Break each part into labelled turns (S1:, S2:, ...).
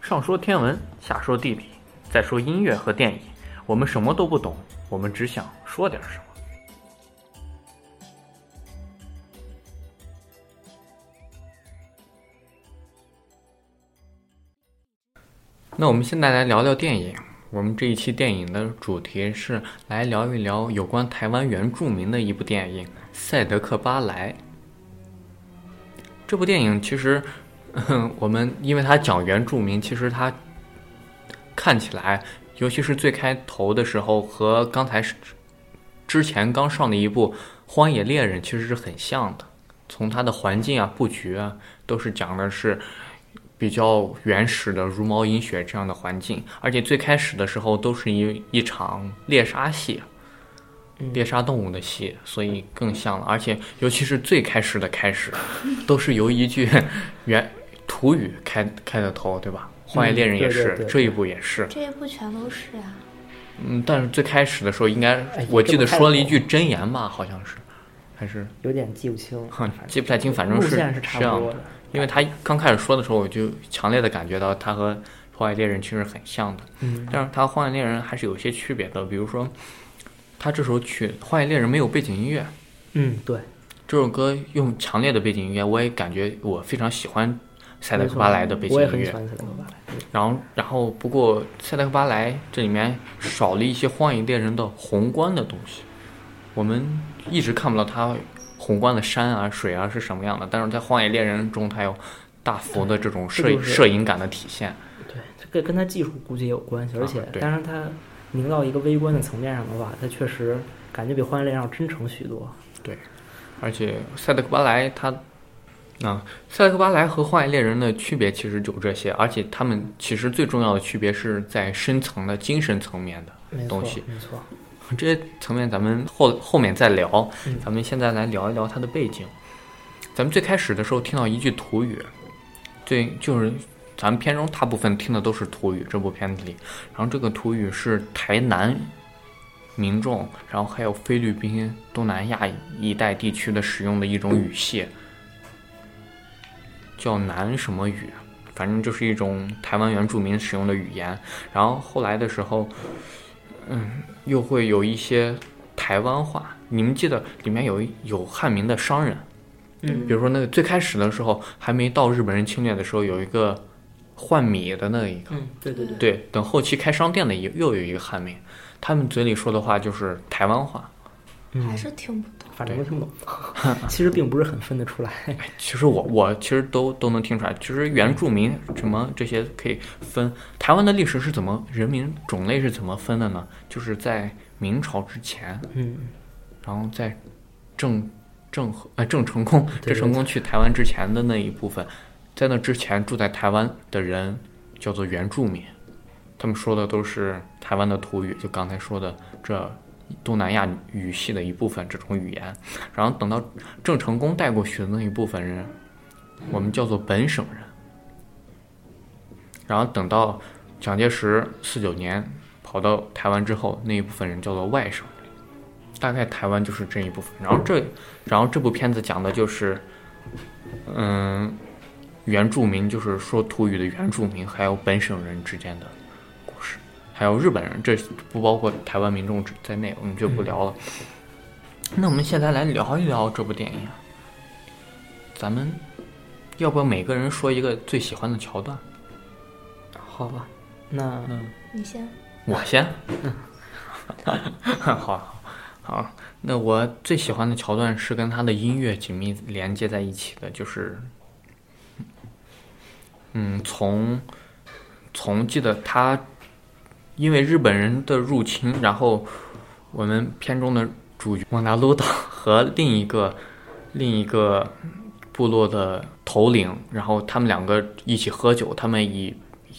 S1: 上说天文，下说地理，再说音乐和电影，我们什么都不懂，我们只想说点什么。那我们现在来聊聊电影。我们这一期电影的主题是来聊一聊有关台湾原住民的一部电影《赛德克巴莱》。这部电影其实，嗯 我们因为它讲原住民，其实它看起来，尤其是最开头的时候，和刚才是之前刚上的一部《荒野猎人》其实是很像的。从它的环境啊、布局啊，都是讲的是比较原始的茹毛饮血这样的环境，而且最开始的时候都是一一场猎杀戏，猎杀动物的戏，所以更像了。而且尤其是最开始的开始，都是由一句原土语开开的头，对吧？《荒野猎人》也
S2: 嗯对对
S1: 是，
S2: 对
S1: 这一部也是。
S3: 这一部全都是啊，
S1: 嗯，但是最开始的时候应该
S2: 哎，
S1: 我记
S2: 这
S1: 得
S2: 不太
S1: 说了
S2: 懂
S1: 一句真言吧，好像是，还是
S2: 有点记不清，
S1: 哼记不太清，反正
S2: 路
S1: 是
S2: 线是
S1: 这
S2: 差不
S1: 样
S2: 多
S1: 的。
S2: 的。
S1: 因为他刚开始说的时候，我就强烈的感觉到他和《荒野猎人》其实很像的，
S2: 嗯，
S1: 但是他《荒野猎人》还是有些区别的。比如说，他这首曲《荒野猎人》没有背景音乐，
S2: 嗯，对，
S1: 这首歌用强烈的背景音乐，我也感觉我非常喜欢塞德
S2: 没
S1: 克
S2: 错
S1: 巴莱的背景
S2: 我也
S1: 音
S2: 很喜
S1: 乐。
S2: 欢塞德克巴莱。
S1: 然后，然后不过塞德克巴莱这里面少了一些《荒野猎人》的宏观的东西，我们一直看不到它宏观的山啊、水啊是什么样的，但是在《荒野猎人》中，它有大幅的这种摄
S2: 这
S1: 影、
S2: 就是
S1: 摄影感的体现。
S2: 对，这个跟他技术估计也有关系，而且
S1: 啊，对
S2: 当然他凝到一个微观的层面上的话，他确实感觉比《荒野猎人》要真诚许多。
S1: 而且塞德克巴莱它，啊，塞德克巴莱和荒野猎人的区别其实就这些，而且他们其实最重要的区别是在深层的精神层面的。
S2: 没错
S1: 东西，
S2: 没错。
S1: 这些层面咱们后后面再聊，
S2: 嗯
S1: 咱们现在来聊一聊它的背景。咱们最开始的时候听到一句土语，最就是咱们片中大部分听的都是土语，这部片子里，然后这个土语是台南民众，然后还有菲律宾、东南亚一带地区的使用的一种语系，叫南什么语，反正就是一种台湾原住民使用的语言。然后后来的时候，嗯，又会有一些台湾话。你们记得里面有一有汉民的商人，
S2: 嗯
S1: 比如说那个最开始的时候还没到日本人侵略的时候，有一个换米的那一个，
S2: 嗯，对对对，
S1: 对，等后期开商店的也又有一个汉民，他们嘴里说的话就是台湾话。
S2: 嗯
S3: 还是听不懂。
S2: 反正都听不 懂，其实并不是很分得出 来。
S1: 其实我我其实都都能听出来，其实原住民什么这些可以分。台湾的历史是怎么人民种类是怎么分的呢？就是在明朝之前，
S2: 嗯，
S1: 然后在郑郑和呃郑成功
S2: 对
S1: 郑成功去台湾之前的那一部分，在那之前住在台湾的人叫做原住民，他们说的都是台湾的土语，就刚才说的这东南亚语系的一部分这种语言。然后等到郑成功带过去的那一部分人，我们叫做本省人。然后等到蒋介石四九年跑到台湾之后，那一部分人叫做外省。大概台湾就是这一部分。然后这，然后这部片子讲的就是，嗯，原住民就是说土语的原住民，还有本省人之间的故事，还有日本人，这不包括台湾民众之在内，我们就不聊了。那我们现在来聊一聊这部电影啊，咱们要不要每个人说一个最喜欢的桥段？
S2: 好吧，那
S1: 嗯
S3: 你先，
S1: 我先。 好好好，那我最喜欢的桥段是跟他的音乐紧密连接在一起的，就是，嗯，从从记得他因为日本人的入侵，然后我们片中的主角蒙达鲁岛和另一个 另一个部落的头领，然后他们两个一起喝酒，他们以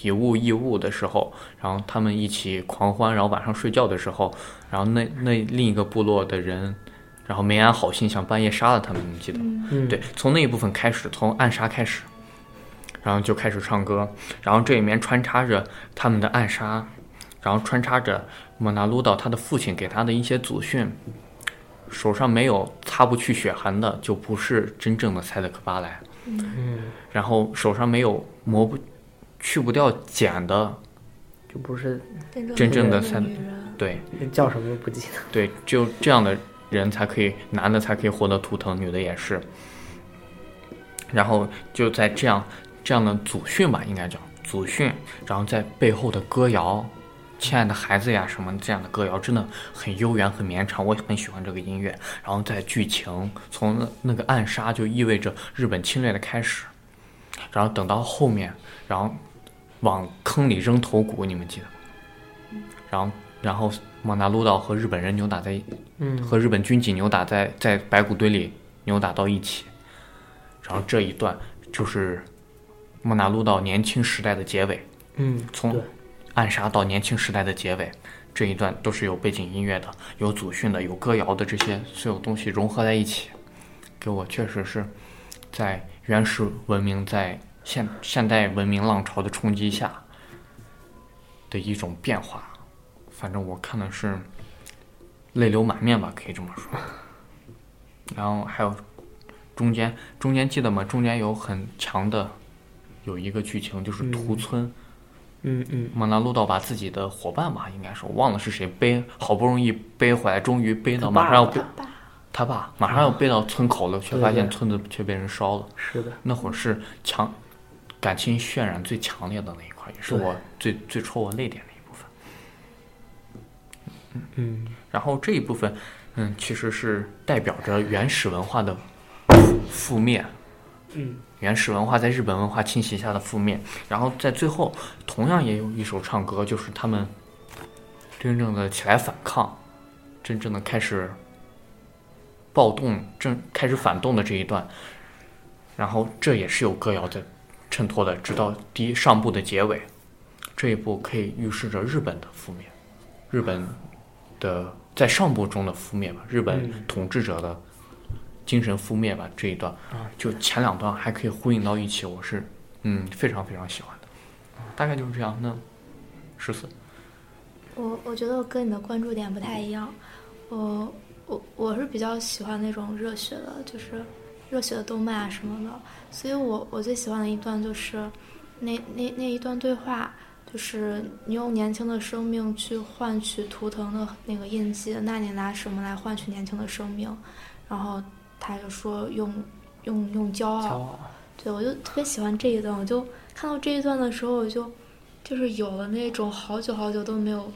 S1: 以物易物的时候，然后他们一起狂欢，然后晚上睡觉的时候，然后那那另一个部落的人，然后没安好心，想半夜杀了他们，你们记得吗？
S2: 嗯，
S3: 嗯，
S1: 对，从那一部分开始，从暗杀开始，然后就开始唱歌，然后这里面穿插着他们的暗杀，然后穿插着莫纳鲁岛他的父亲给他的一些祖训，手上没有擦不去血痕的，就不是真正的塞德克巴莱。
S2: 嗯，
S1: 然后手上没有磨不去不掉简的，
S2: 就不是
S1: 真
S2: 正的
S1: 三
S3: 女人，
S1: 对
S2: 叫什么不记得。
S1: 对，就这样的人才可以，男的才可以活得图腾，女的也是。然后就在这样这样的祖训吧，应该叫祖训，然后在背后的歌谣，《亲爱的孩子呀》什么这样的歌谣，真的很悠远、很绵长，我也很喜欢这个音乐。然后在剧情从那那个暗杀就意味着日本侵略的开始，然后等到后面，然后往坑里扔头骨，你们记得吗？然后然后蒙达鲁岛和日本人扭打在
S2: 嗯，
S1: 和日本军警扭打在在白骨堆里扭打到一起，然后这一段就是莫纳鲁岛年轻时代的结尾，
S2: 嗯，
S1: 从
S2: 对
S1: 暗杀到年轻时代的结尾，这一段都是有背景音乐的，有祖训的，有歌谣的，这些所有东西融合在一起，给我确实是在原始文明在现现代文明浪潮的冲击下的一种变化。反正我看的是泪流满面吧，可以这么说。然后还有中间中间记得吗？中间有很强的有一个剧情，就是屠村。
S2: 嗯嗯，
S1: 蒙纳鲁道把自己的伙伴吧，应该是我忘了是谁背，好不容易背回来，终于背到
S2: 他爸
S1: 马上要
S2: 爸
S1: 背他爸马上要背到村口了，却
S2: 对
S1: 发
S2: 对
S1: 现村子却被人烧了。
S2: 是的，
S1: 那会儿是强感情渲染最强烈的那一块，也是
S2: 对
S1: 我最最戳我泪点的一部分。
S2: 嗯，
S1: 然后这一部分，嗯，其实是代表着原始文化的覆灭，
S2: 嗯，
S1: 原始文化在日本文化侵袭下的覆灭。然后在最后，同样也有一首唱歌，就是他们真正的起来反抗，真正的开始暴动，正开始反动的这一段。然后这也是有歌谣在衬托的，直到第一上部的结尾，这一部可以预示着日本的覆灭，日本的在上部中的覆灭吧，日本
S2: 嗯
S1: 统治者的精神覆灭吧这一段
S2: 啊，
S1: 就前两段还可以呼应到一起，我是嗯非常非常喜欢的，啊大概就是这样。那十四，
S3: 我我觉得我跟你的关注点不太一样，我我我是比较喜欢那种热血的，就是热血的动漫啊什么的，所以我我最喜欢的一段就是那那那一段对话，就是你用年轻的生命去换取图腾的那个印记，那你拿什么来换取年轻的生命？然后他就说用用用骄
S2: 骄
S3: 傲，
S2: 傲，
S3: 对，我就特别喜欢这一段，我就看到这一段的时候，我就就是有了那种好久好久都没有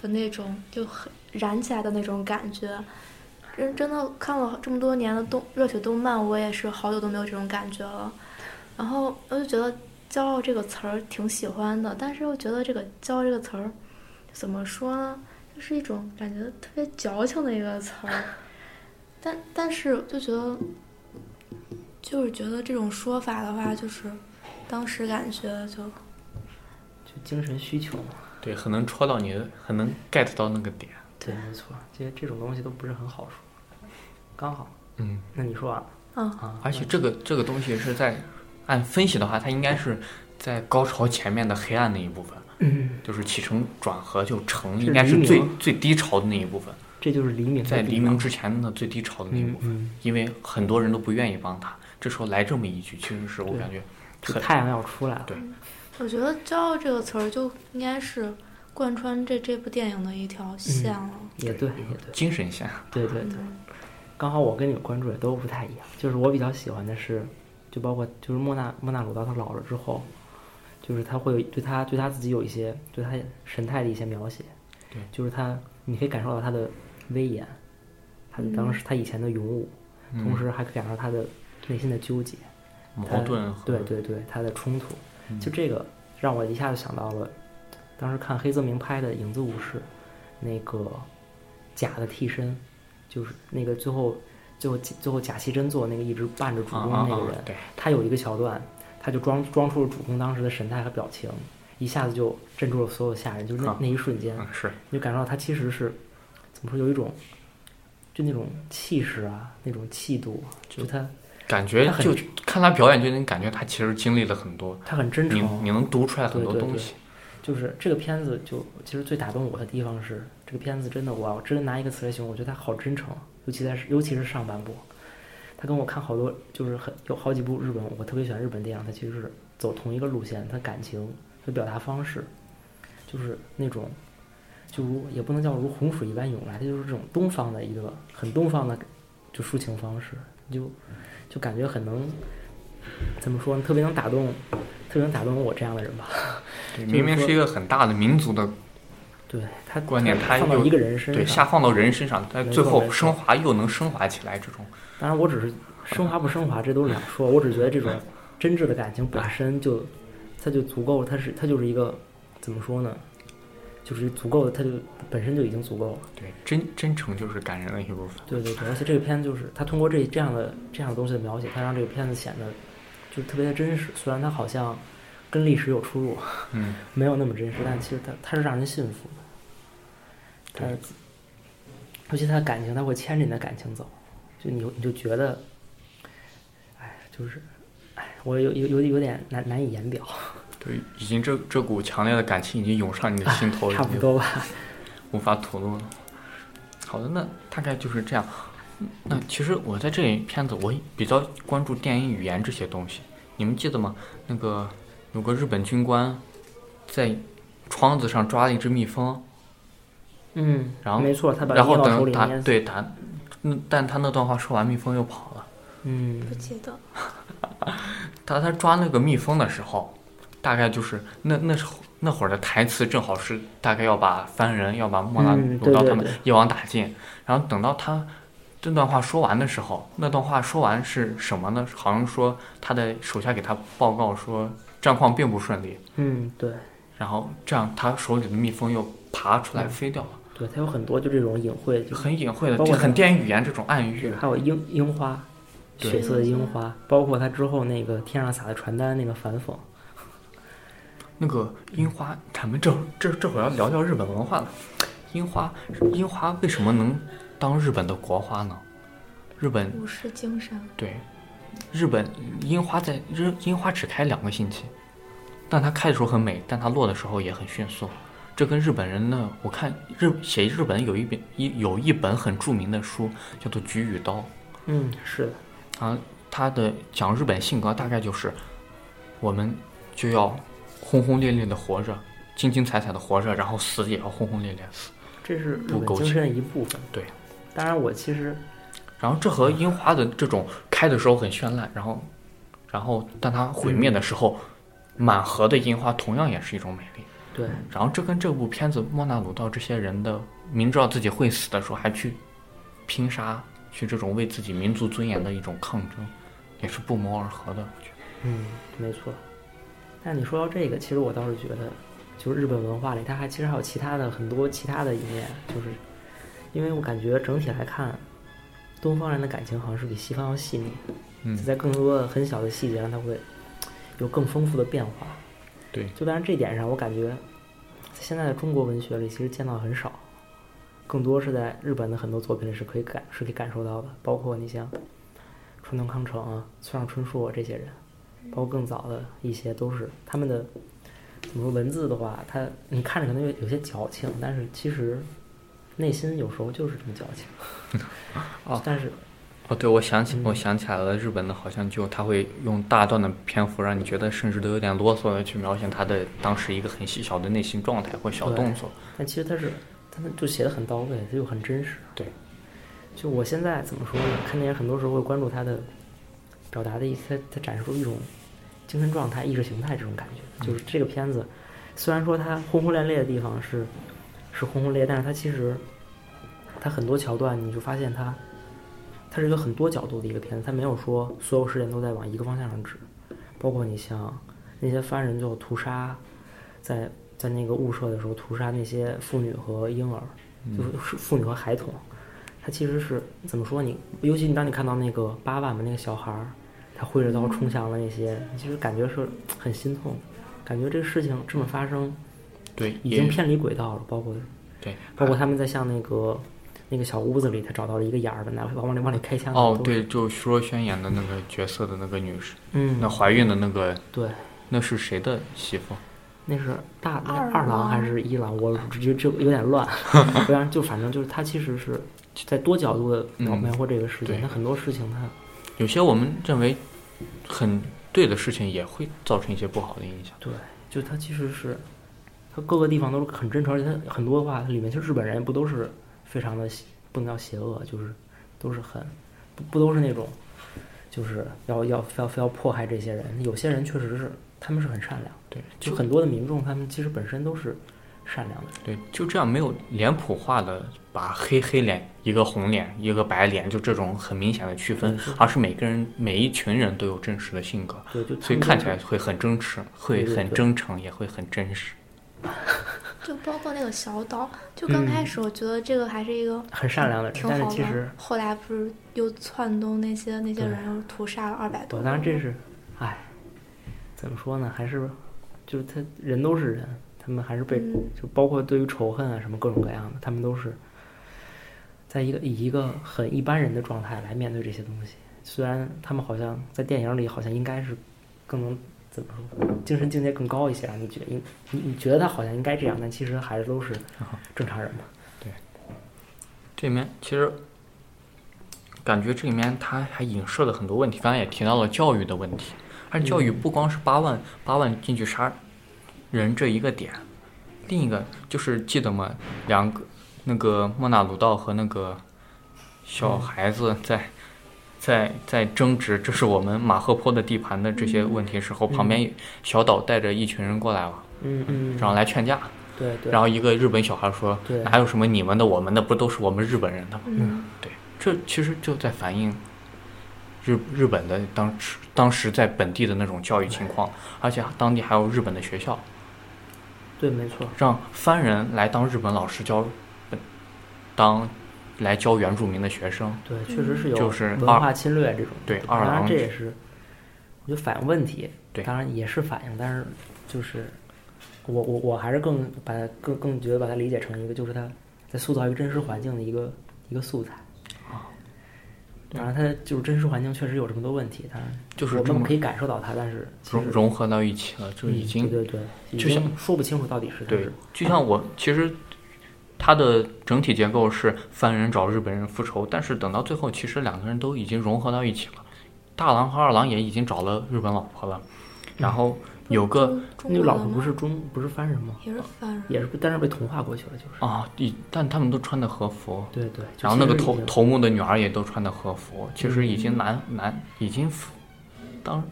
S3: 的那种就很燃起来的那种感觉。真真的看了这么多年的动热血动漫，我也是好久都没有这种感觉了。然后我就觉得“骄傲”这个词儿挺喜欢的，但是又觉得这个“骄傲”这个词儿怎么说呢？就是一种感觉特别矫情的一个词儿。但但是就觉得就是觉得这种说法的话，就是当时感觉就
S2: 就精神需求嘛。
S1: 对，很能戳到你的，很能 get 到那个点。
S2: 对，没错，这些这种东西都不是很好说，刚好。
S1: 嗯，
S2: 那你说完了
S3: 嗯，
S2: 啊？
S1: 而且这个这个东西是在按分析的话，它应该是在高潮前面的黑暗那一部分，
S2: 嗯，
S1: 就是起承转合就成，
S2: 是
S1: 应该是
S2: 黎明
S1: 最最低潮的那一部分，
S2: 这就是黎明的
S1: 在
S2: 地
S1: 黎明
S2: 方
S1: 之前的最低潮的那一
S2: 嗯
S1: 部分，
S2: 嗯，
S1: 因为很多人都不愿意帮他，这时候来这么一句，其实是我
S2: 对
S1: 感觉
S2: 就
S1: 很
S2: 太阳要出来了。
S1: 对
S3: 我觉得“骄傲”这个词儿就应该是贯穿这这部电影的一条
S2: 嗯
S3: 线了。
S2: 也对，也对，
S1: 精神线，
S2: 对对对。刚好我跟你的关注也都不太一样，就是我比较喜欢的是，就包括就是莫纳莫纳鲁道他老了之后，就是他会有对他对他自己有一些对他神态的一些描写，
S1: 对
S2: 就是他你可以感受到他的威严，他的当时他以前的勇武，同时还可以感受到他的内心的纠结，他
S1: 矛盾和嗯
S2: 对对对，他的冲突，就这个让我一下子想到了，当时看黑泽明拍的《影子武士》，那个假的替身，就是那个最后最后最后假戏真做那个一直伴着主
S1: 啊
S2: 公
S1: 啊
S2: 的那
S1: 啊
S2: 个人，，
S1: 对，
S2: 他有一个桥段，他就装装出了主公当时的神态和表情，一下子就镇住了所有下人，就是那、
S1: 啊
S2: 那一瞬间，
S1: 嗯是，
S2: 你就感受到他其实是怎么说，有一种就那种气势啊，那种气度，就他
S1: 感觉
S2: 他很
S1: 就看他表演就能感觉他其实经历了很多，
S2: 他很真
S1: 你
S2: 诚，
S1: 你能读出来很多
S2: 对对
S1: 东
S2: 对
S1: 西，
S2: 就是这个片子就其实最打动我的地方是，啊这个片子真的我要真拿一个词来形容，我觉得它好真诚，尤其在尤其是上半部，他跟我看好多就是很有好几部日本，我特别喜欢日本电影，它其实是走同一个路线，它感情它表达方式就是那种。就如也不能叫如洪水一般涌来，它就是这种东方的一个很东方的就抒情方式，就就感觉很能怎么说呢？特别能打动，特别能打动我这样的人吧。
S1: 对明明是一个很大的民族的
S2: 对他
S1: 观念，他
S2: 放到
S1: 又
S2: 一个人身
S1: 对下
S2: 上，
S1: 放到人身上，但
S2: 没
S1: 最
S2: 错没
S1: 后
S2: 错
S1: 升华又能升华起来，这种
S2: 当然我只是升华不升华，这都是两说。我只觉得这种真挚的感情本身就它就足够，它是它就是一个怎么说呢？就是足够的，它就本身就已经足够了。
S1: 对真真诚就是感人的一部分。
S2: 对对对，而且这个片子就是他通过这这样的这样的东西的描写，他让这个片子显得就是特别的真实。虽然它好像跟历史有出入，
S1: 嗯，
S2: 没有那么真实，但其实它它是让人信服的。它
S1: 对
S2: 尤其他的感情，他会牵着你的感情走，就你你就觉得，哎，就是，哎，我有有有有点难难以言表。
S1: 对，已经这这股强烈的感情已经涌上你的心头，
S2: 啊差
S1: 已
S2: 不
S1: 经
S2: 多吧。
S1: 无法吐露了。好的，那大概就是这样。嗯那其实我在这里片子，我比较关注电影语言这些东西。你们记得吗？那个有个日本军官在窗子上抓了一只蜜蜂，
S2: 嗯，
S1: 然后
S2: 没错，他把
S1: 然后
S2: 捏到手
S1: 等
S2: 里
S1: 打
S2: 面，
S1: 对打，嗯，但他那段话说完，蜜蜂又跑了。
S2: 嗯
S3: 不记得，
S1: 他他抓那个蜜蜂的时候，大概就是那那时候那会儿的台词正好是大概要把番人要把莫纳
S2: 嗯
S1: 鲁道
S2: 对对
S1: 他们
S2: 对
S1: 一网打尽，然后等到他这段话说完的时候，那段话说完是什么呢？好像说他的手下给他报告说战况并不顺利，
S2: 嗯，对。
S1: 然后这样他手里的蜜蜂又爬出来飞掉了，
S2: 对，它有很多就这种隐晦，就
S1: 就很隐晦的
S2: 嗯包括，他
S1: 很电影语言这种暗喻。啊
S2: 还有樱樱花，
S1: 对
S2: 血色的樱花，包括他之后那个天上撒的传单那个反讽，
S1: 那个樱花，咱们这这这会儿要聊聊日本文化了。樱花，樱花为什么能当日本的国花呢？日本
S2: 嗯
S3: 武士精神。
S1: 对，日本樱花在日樱花只开两个星期，但它开的时候很美，但它落的时候也很迅速。这跟日本人呢，我看日写日本有一本一有一本很著名的书叫做《菊与刀》，
S2: 嗯，是的，
S1: 啊，他的讲日本性格大概就是，我们就要轰轰烈烈的活着，精精彩彩的活着，然后死也要轰轰烈烈地死。
S2: 这是日
S1: 不
S2: 本
S1: 苟
S2: 精
S1: 且
S2: 神的一部分。
S1: 对，
S2: 当然我其实
S1: 然后这和樱花的这种开的时候很绚烂，然后，然后但它毁灭的时候，满河的樱花同样也是一种美丽。
S2: 对
S1: 然后这跟这部片子莫纳鲁道这些人的明知道自己会死的时候还去拼杀，去这种为自己民族尊严的一种抗争，也是不谋而合的。我觉得
S2: 嗯，没错。但你说到这个，其实我倒是觉得，就是日本文化里，它还其实还有其他的很多其他的一面，就是因为我感觉整体来看，东方人的感情好像是比西方要细腻，
S1: 嗯
S2: 就在更多的很小的细节上，它会有更丰富的变化。
S1: 对
S2: 就当然这点上，我感觉在现在的中国文学里，其实见到很少，更多是在日本的很多作品里是可以感是可以感受到的，包括你像川端康成啊、村上春树啊这些人，包括更早的一些都是他们的怎么说文字的话，他你看着可能有有些矫情，但是其实内心有时候就是这么矫情。
S1: 哦
S2: 但是
S1: 哦，对，我想起，
S2: 嗯
S1: 我想起来了，日本的好像就他会用大段的篇幅，让你觉得甚至都有点啰嗦的去描写他的当时一个很细小的内心状态或小
S2: 对
S1: 动作。
S2: 但其实他是他就写的很到位，他就很真实。
S1: 对，
S2: 就我现在怎么说呢？看电影很多时候会关注他的表达的一些，他展示出一种精神状态、意识形态这种感觉。就是这个片子，虽然说它轰轰烈烈的地方是是轰轰烈，烈，但是它其实它很多桥段，你就发现它它是一个很多角度的一个片子，它没有说所有事件都在往一个方向上指，包括你像那些犯人最后屠杀，在在那个雾社的时候屠杀那些妇女和婴儿，
S1: 嗯
S2: 就是妇女和孩童。他其实是怎么说你？尤其你当你看到那个八万嘛，那个小孩儿，他挥着刀冲向了那些，你其实感觉是很心痛，感觉这个事情这么发生，
S1: 对，
S2: 已
S1: 也
S2: 经偏离轨道了。包括
S1: 对，
S2: 包括他们在向那个那个小屋子里，他找到了一个眼儿的，拿往里往里开枪。
S1: 哦，，对，就《徐若瑄》演的那个角色的那个女士，
S2: 嗯
S1: 那，怀孕的那个，
S2: 对，
S1: 那是谁的媳妇？
S2: 那是大那
S3: 二
S2: 二郎
S3: 郎
S2: 还是一郎？我直接就有点乱，不然就反正就是他其实是在多角度的描
S1: 嗯
S2: 描绘这个事情，
S1: 对
S2: 他很多事情他
S1: 有些我们认为很对的事情，也会造成一些不好的影响。
S2: 对，就它其实是，它各个地方都是很真诚，而且它很多话，它里面其实日本人不都是非常的邪不能叫邪恶，就是都是很不不都是那种，就是要要非要非要迫害这些人。有些人确实是他们是很善良，
S1: 对，
S2: 就很多的民众他们其实本身都是善良的人。
S1: 对，就这样没有脸谱化的把黑黑脸、一个红脸、一个白脸，就这种很明显的区分，
S2: 对
S1: 而是每个人、每一群人都有真实的性格，
S2: 对，就他
S1: 所以
S2: 们
S1: 看
S2: 都
S1: 起来会很真诚，
S2: 对
S1: 会
S2: 对
S1: 很
S2: 对
S1: 真诚，也会很真实。
S3: 就包括那个小岛，就刚开始我觉得这个还是一个
S2: 很善良的人嗯
S3: 挺，
S2: 但是
S3: 好
S2: 其实
S3: 的，后来不是又窜动那些那些
S2: 对
S3: 人，又屠杀了二百多
S2: 我
S3: 个。
S2: 当然这是，哎，怎么说呢？还是就是他人都是人，他们还是被、
S3: 嗯
S2: 就包括对于仇恨啊什么各种各样的，他们都是在一个以一个很一般人的状态来面对这些东西。虽然他们好像在电影里好像应该是更能怎么说，精神境界更高一些啊？你觉你你你觉得他好像应该这样，但其实还是都是正常人嘛。
S1: 这里面其实感觉这里面它还影射了很多问题，刚才也提到了教育的问题，而教
S2: 嗯
S1: 育不光是八万八万进去杀人这一个点，另一个就是记得吗？两个那个莫纳鲁道和那个小
S2: 嗯
S1: 孩子在、在在争执，这是我们马赫坡的地盘的这些问题时候，旁边小岛带着一群人过来了，
S2: 嗯嗯，
S1: 然后来劝架，
S2: 对对，
S1: 然后一个日本小孩说
S2: 对：“
S1: 哪有什么你们的、我们的，不都是我们日本人的吗？”
S3: 嗯，
S1: 这其实就在反映日日本的当时当时在本地的那种教育情况，而且当地还有日本的学校，
S2: 对，没错，
S1: 让番人来当日本老师教本当来教原住民的学生。
S2: 对，确实是有
S1: 就是
S2: 文
S1: 二
S2: 化侵略这种。
S1: 对
S2: 当
S1: 二
S2: 然
S1: 郎
S2: 这也是，我觉得反映问题。
S1: 对
S2: 当然也是反映，但是就是我我我还是更把它更更觉得把它理解成一个，就是它在塑造一个真实环境的一个一个素材。
S1: 啊
S2: 当然，它就是真实环境确实有这么多问题，当然
S1: 就是
S2: 我
S1: 这
S2: 们
S1: 么
S2: 可以感受到它，但是其
S1: 融
S2: 实
S1: 融合到一起了，就已
S2: 嗯
S1: 经、
S2: 对对对，已
S1: 就
S2: 经
S1: 像
S2: 说不清楚到底是它
S1: 对
S2: 是，
S1: 就像我其实它的整体结构是番人找日本人复仇，但是等到最后，其实两个人都已经融合到一起了。大郎和二郎也已经找了日本老婆了，然后有个
S3: 中
S2: 那
S3: 国
S2: 个老
S3: 人
S2: 婆
S3: 吗
S2: 不是中不是番人吗？
S3: 也是犯人，
S2: 也是被，但是被同化过去了，就是。
S1: 啊，一但他们都穿的和服，
S2: 对对，就
S1: 然后那个
S2: 其实嗯已
S1: 头
S2: 经
S1: 头目的女儿也都穿的和服，其实已经难难已经服当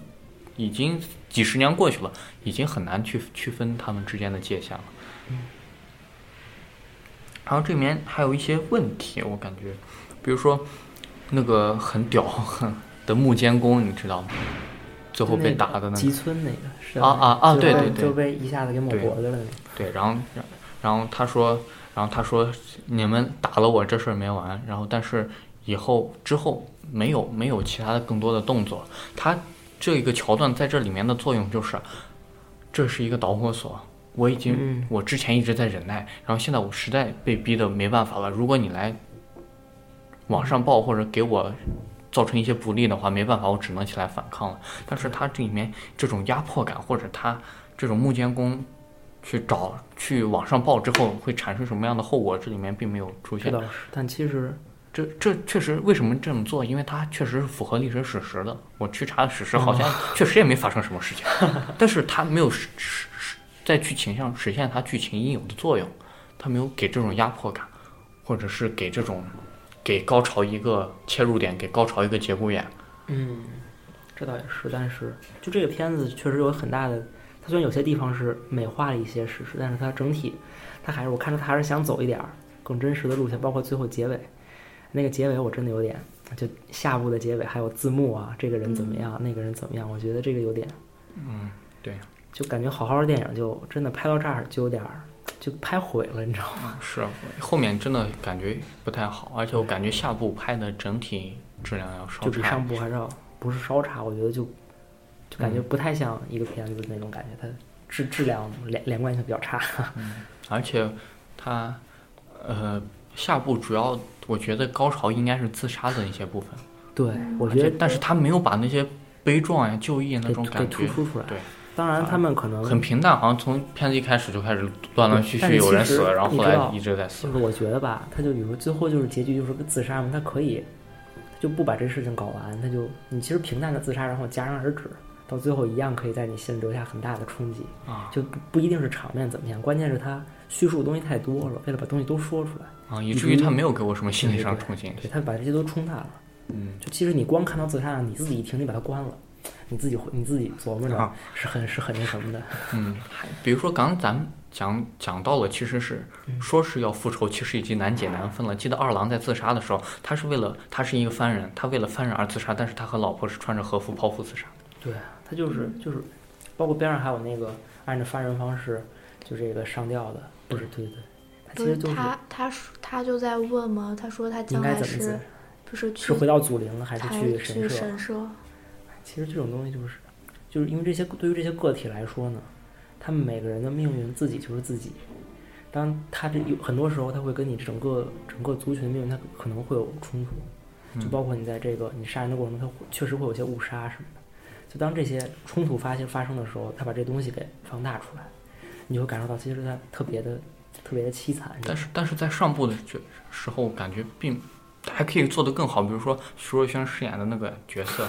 S1: 已经几十年过去了，已经很难去区分他们之间的界限了。
S2: 嗯
S1: 然后这里面还有一些问题，我感觉，比如说那个很屌很的木监工，你知道吗？最后被打的那
S2: 吉
S1: 个，
S2: 村那个是
S1: 啊啊啊
S2: 就
S1: 对
S2: 被
S1: 对对
S2: 就被一下子给抹脖子了那个。
S1: 对，然后然然后他说，然后他说你们打了我这事儿没完，然后但是以后之后没有没有其他的更多的动作了。他这一个桥段在这里面的作用就是，这是一个导火索。我已经，
S2: 嗯
S1: 我之前一直在忍耐，然后现在我实在被逼的没办法了。如果你来往上报或者给我造成一些不利的话，没办法，我只能起来反抗了。但是他这里面这种压迫感，或者他这种木监工去找去往上报之后会产生什么样的后果，这里面并没有出
S2: 这
S1: 现
S2: 倒。是，但其实
S1: 这这确实为什么这么做？因为它确实是符合历史史实的。我去查史实，好像确实也没发生什么事情， 但是它没有实实实在剧情上实现它剧情应有的作用，它没有给这种压迫感，或者是给这种给高潮一个切入点，给高潮一个节骨眼。
S2: 嗯，这倒也是，但是就这个片子确实有很大的，它虽然有些地方是美化了一些史实，但是它整体，它还是我看着它还是想走一点儿更真实的路线，包括最后结尾，那个结尾我真的有点，就下部的结尾还有字幕啊，这个人怎么样，那个人怎么样，我觉得这个有点，
S1: 嗯，对，
S2: 就感觉好好的电影就真的拍到这儿就有点儿就拍毁了，你知道吗？
S1: 是啊后面真的感觉不太好，而且我感觉下部拍的整体质量要稍
S2: 就比
S1: 差
S2: 上部还是嗯要不是稍差，我觉得就就感觉不太像一个片子那种感觉，它质质量连连贯性比较差。
S1: 而且他呃下部主要我觉得高潮应该是自杀的一些部分，
S2: 对，我
S1: 而
S2: 觉
S1: 且
S2: 得
S1: 但是他没有把那些悲壮呀、就义那
S2: 给
S1: 种
S2: 给
S1: 感
S2: 突
S1: 觉
S2: 出出来。
S1: 对，
S2: 当然他们可能
S1: 很平淡，好像从片子一开始就开始断断续
S2: 但是
S1: 续
S2: 其实
S1: 有人死了，然后
S2: 你
S1: 后
S2: 知道
S1: 来一直在死
S2: 就。是我觉得吧，他就比如最后就是结局就是个自杀嘛，他可以就不把这事情搞完，他就你其实平淡的自杀，然后戛然而止，到最后一样可以在你心里留下很大的冲击。
S1: 啊
S2: 就不不一定是场面怎么样，关键是他叙述的东西太多了，为了把东西都说出来，
S1: 啊，以至于他没有给我什么心理上
S2: 对对对
S1: 冲击。
S2: 对他把这些都冲淡了。
S1: 嗯，
S2: 就其实你光看到自杀，你自己一听，你把它关了，你自己会你自己琢磨着
S1: 啊，
S2: 是很是很那什么的。
S1: 嗯，还比如说刚刚咱们讲讲到了，其实是说是要复仇，其实已经难解难分了。记得二郎在自杀的时候，他是为了他是一个番人，他为了番人而自杀，但是他和老婆是穿着和服剖腹自杀。
S2: 对啊，他就是
S1: 嗯
S2: 就是，包括边上还有那个按照杀人方式，就这个上吊的，不是对对对，他其
S3: 不
S2: 实
S3: 是
S2: 就是
S3: 他，他说他就在问嘛，他说他
S2: 应
S3: 将
S2: 该怎
S3: 来
S2: 么
S3: 是
S2: 自，
S3: 不是去
S2: 是回到祖灵还是
S3: 还
S2: 去
S3: 去
S2: 神社？
S3: 神社？
S2: 其实这种东西就是，就是因为这些对于这些个体来说呢，他们每个人的命运自己就是自己。当他这有很多时候，他会跟你整个整个族群的命运，他可能会有冲
S1: 嗯
S2: 突，就包括你在这个你杀人的过程中，他会确实会有一些误杀什么的。就当这些冲突发现发生的时候，他把这东西给放大出来，你就会感受到其实他特别的特别的凄惨。
S1: 但是但是在上部的角时候，感觉并还可以做得更好。比如说徐若瑄饰演的那个角色，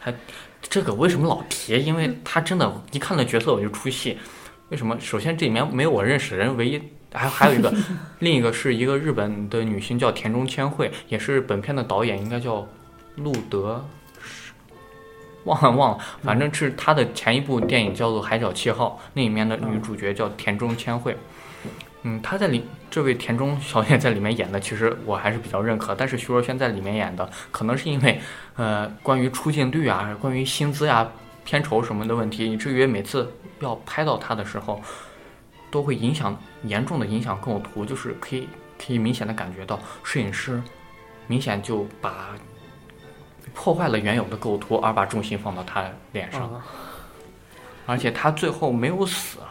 S1: 还这个为什么老提？因为他真的，一看那角色我就出戏。为什么？首先这里面没有我认识的人，唯一还 还有一个，另一个是一个日本的女星叫田中千惠，也是本片的导演，应该叫路德，忘了忘了，反正是她的前一部电影叫做《海角七号》，那里面的女主角叫田中千惠。嗯，她在里这位田中小姐在里面演的，其实我还是比较认可。但是徐若瑄在里面演的，可能是因为呃关于出镜率啊、关于薪资呀、片酬什么的问题，以至于每次要拍到她的时候，都会影响严重的影响构图，就是可以可以明显的感觉到摄影师明显就把破坏了原有的构图，而把重心放到她脸上。
S2: 啊，
S1: 而且他最后没有死，啊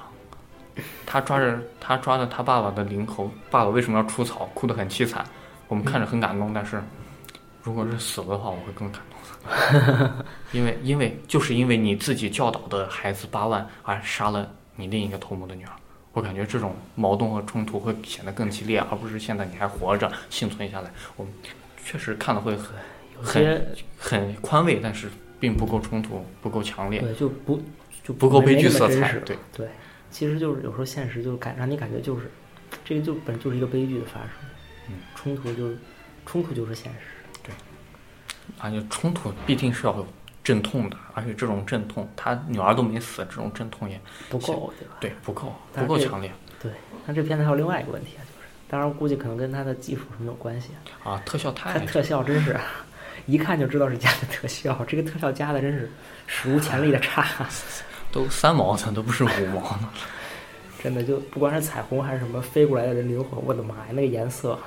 S1: 他抓着他抓着他爸爸的领口，爸爸为什么要出草，哭得很凄惨，我们看着很感动，但是如果是死了的话，我会更感动的，因为因为就是因为你自己教导的孩子八万而杀了你另一个头目的女儿。我感觉这种矛盾和冲突会显得更激烈，而不是现在你还活着幸存下来。我们确实看了会很
S2: 有些
S1: 很宽慰，但是并不够冲突，不够强烈，
S2: 对就不就
S1: 不够
S2: 没
S1: 悲剧
S2: 没那么
S1: 色
S2: 真
S1: 彩
S2: 实。
S1: 对，
S2: 对，其实就是有时候现实就感让你感觉就是，这个就本就是一个悲剧的发生，
S1: 嗯
S2: 冲突就是冲突就是现实，
S1: 而且冲突必定是要有阵痛的，而且这种阵痛，他女儿都没死，这种阵痛也
S2: 不够对吧？
S1: 对不够
S2: 但
S1: 不
S2: 是
S1: 够
S2: 这
S1: 强烈
S2: 对，那这片子还有另外一个问题啊，就是当然估计可能跟它的技术什么有关系啊，
S1: 啊，特效
S2: 它
S1: 太
S2: 特效真是。啊 一看就知道是加的特效， 这个特效加的真是史无前例的差，
S1: 都三毛的都不是五毛的，
S2: 真的就不管是彩虹还是什么飞过来的人灵魂，我的妈呀，那个颜色，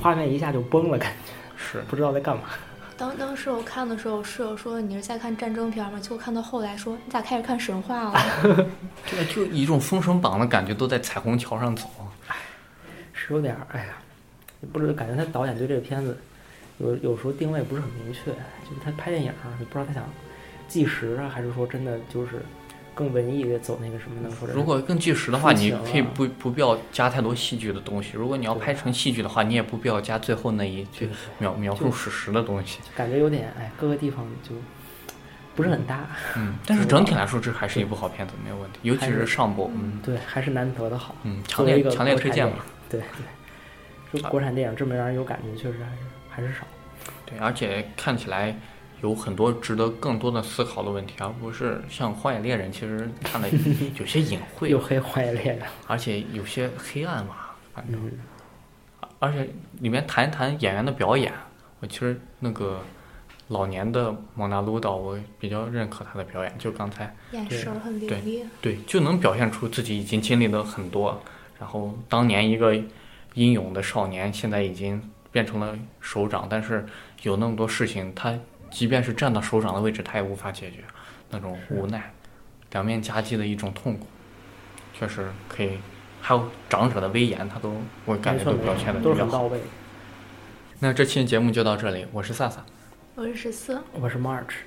S2: 画面一下就崩了，感觉
S1: 是
S2: 不知道在干嘛。
S3: 当当时我看的时候，我室友说你是在看战争片吗？结果看到后来说你咋开始看神话了？
S1: 对，就一种《封神榜》的感觉，都在彩虹桥上走。啊
S2: 是有点儿，哎呀，也不知道感觉他导演对这个片子有有时候定位不是很明确，就是他拍电影儿，你不知道他想纪实啊，还是说真的就是更文艺的走那个什么呢？或者是
S1: 如果更纪实的话，
S2: 抒
S1: 你
S2: 情啊
S1: 可以不不必要加太多戏剧的东西。如果你要拍成戏剧的话，你也不必要加最后那一句
S2: 对
S1: 描描述史实的东西。
S2: 就感觉有点哎，各个地方就不是很搭。
S1: 嗯，但是整体来说，这还是一部好片子，没有问题。尤其
S2: 还
S1: 是
S2: 是
S1: 上部，嗯
S2: 对，还是难得的好。
S1: 嗯，强
S2: 作为一
S1: 烈
S2: 个
S1: 强烈
S2: 国
S1: 推
S2: 产
S1: 荐
S2: 电
S1: 吧。
S2: 影对 对，就国产电影这么让人有感觉，确实还是还是少。
S1: 对，而且看起来有很多值得更多的思考的问题，而不是像《荒野猎人》，其实看的有些隐晦
S2: 又，黑荒野猎人，
S1: 而且有些黑暗嘛。反正，
S2: 嗯，
S1: 而且里面谈一谈演员的表演，我其实那个老年的蒙娜鲁岛，我比较认可他的表演，就刚才
S3: 眼神儿很
S1: 对
S3: 凌厉，
S1: 对，就能表现出自己已经经历了很多，然后当年一个英勇的少年，现在已经变成了首长，但是有那么多事情，他即便是站到首长的位置，他也无法解决，那种无奈，两面夹击的一种痛苦，确实可以。还有长者的威严，他都我感
S2: 没
S1: 觉
S2: 错
S1: 都
S2: 没
S1: 表现的
S2: 错，都
S1: 比
S2: 是
S1: 较
S2: 很到
S1: 好。
S2: 位。
S1: 那这期节目就到这里，我是萨萨。
S3: 我是十四。
S2: 我是 March。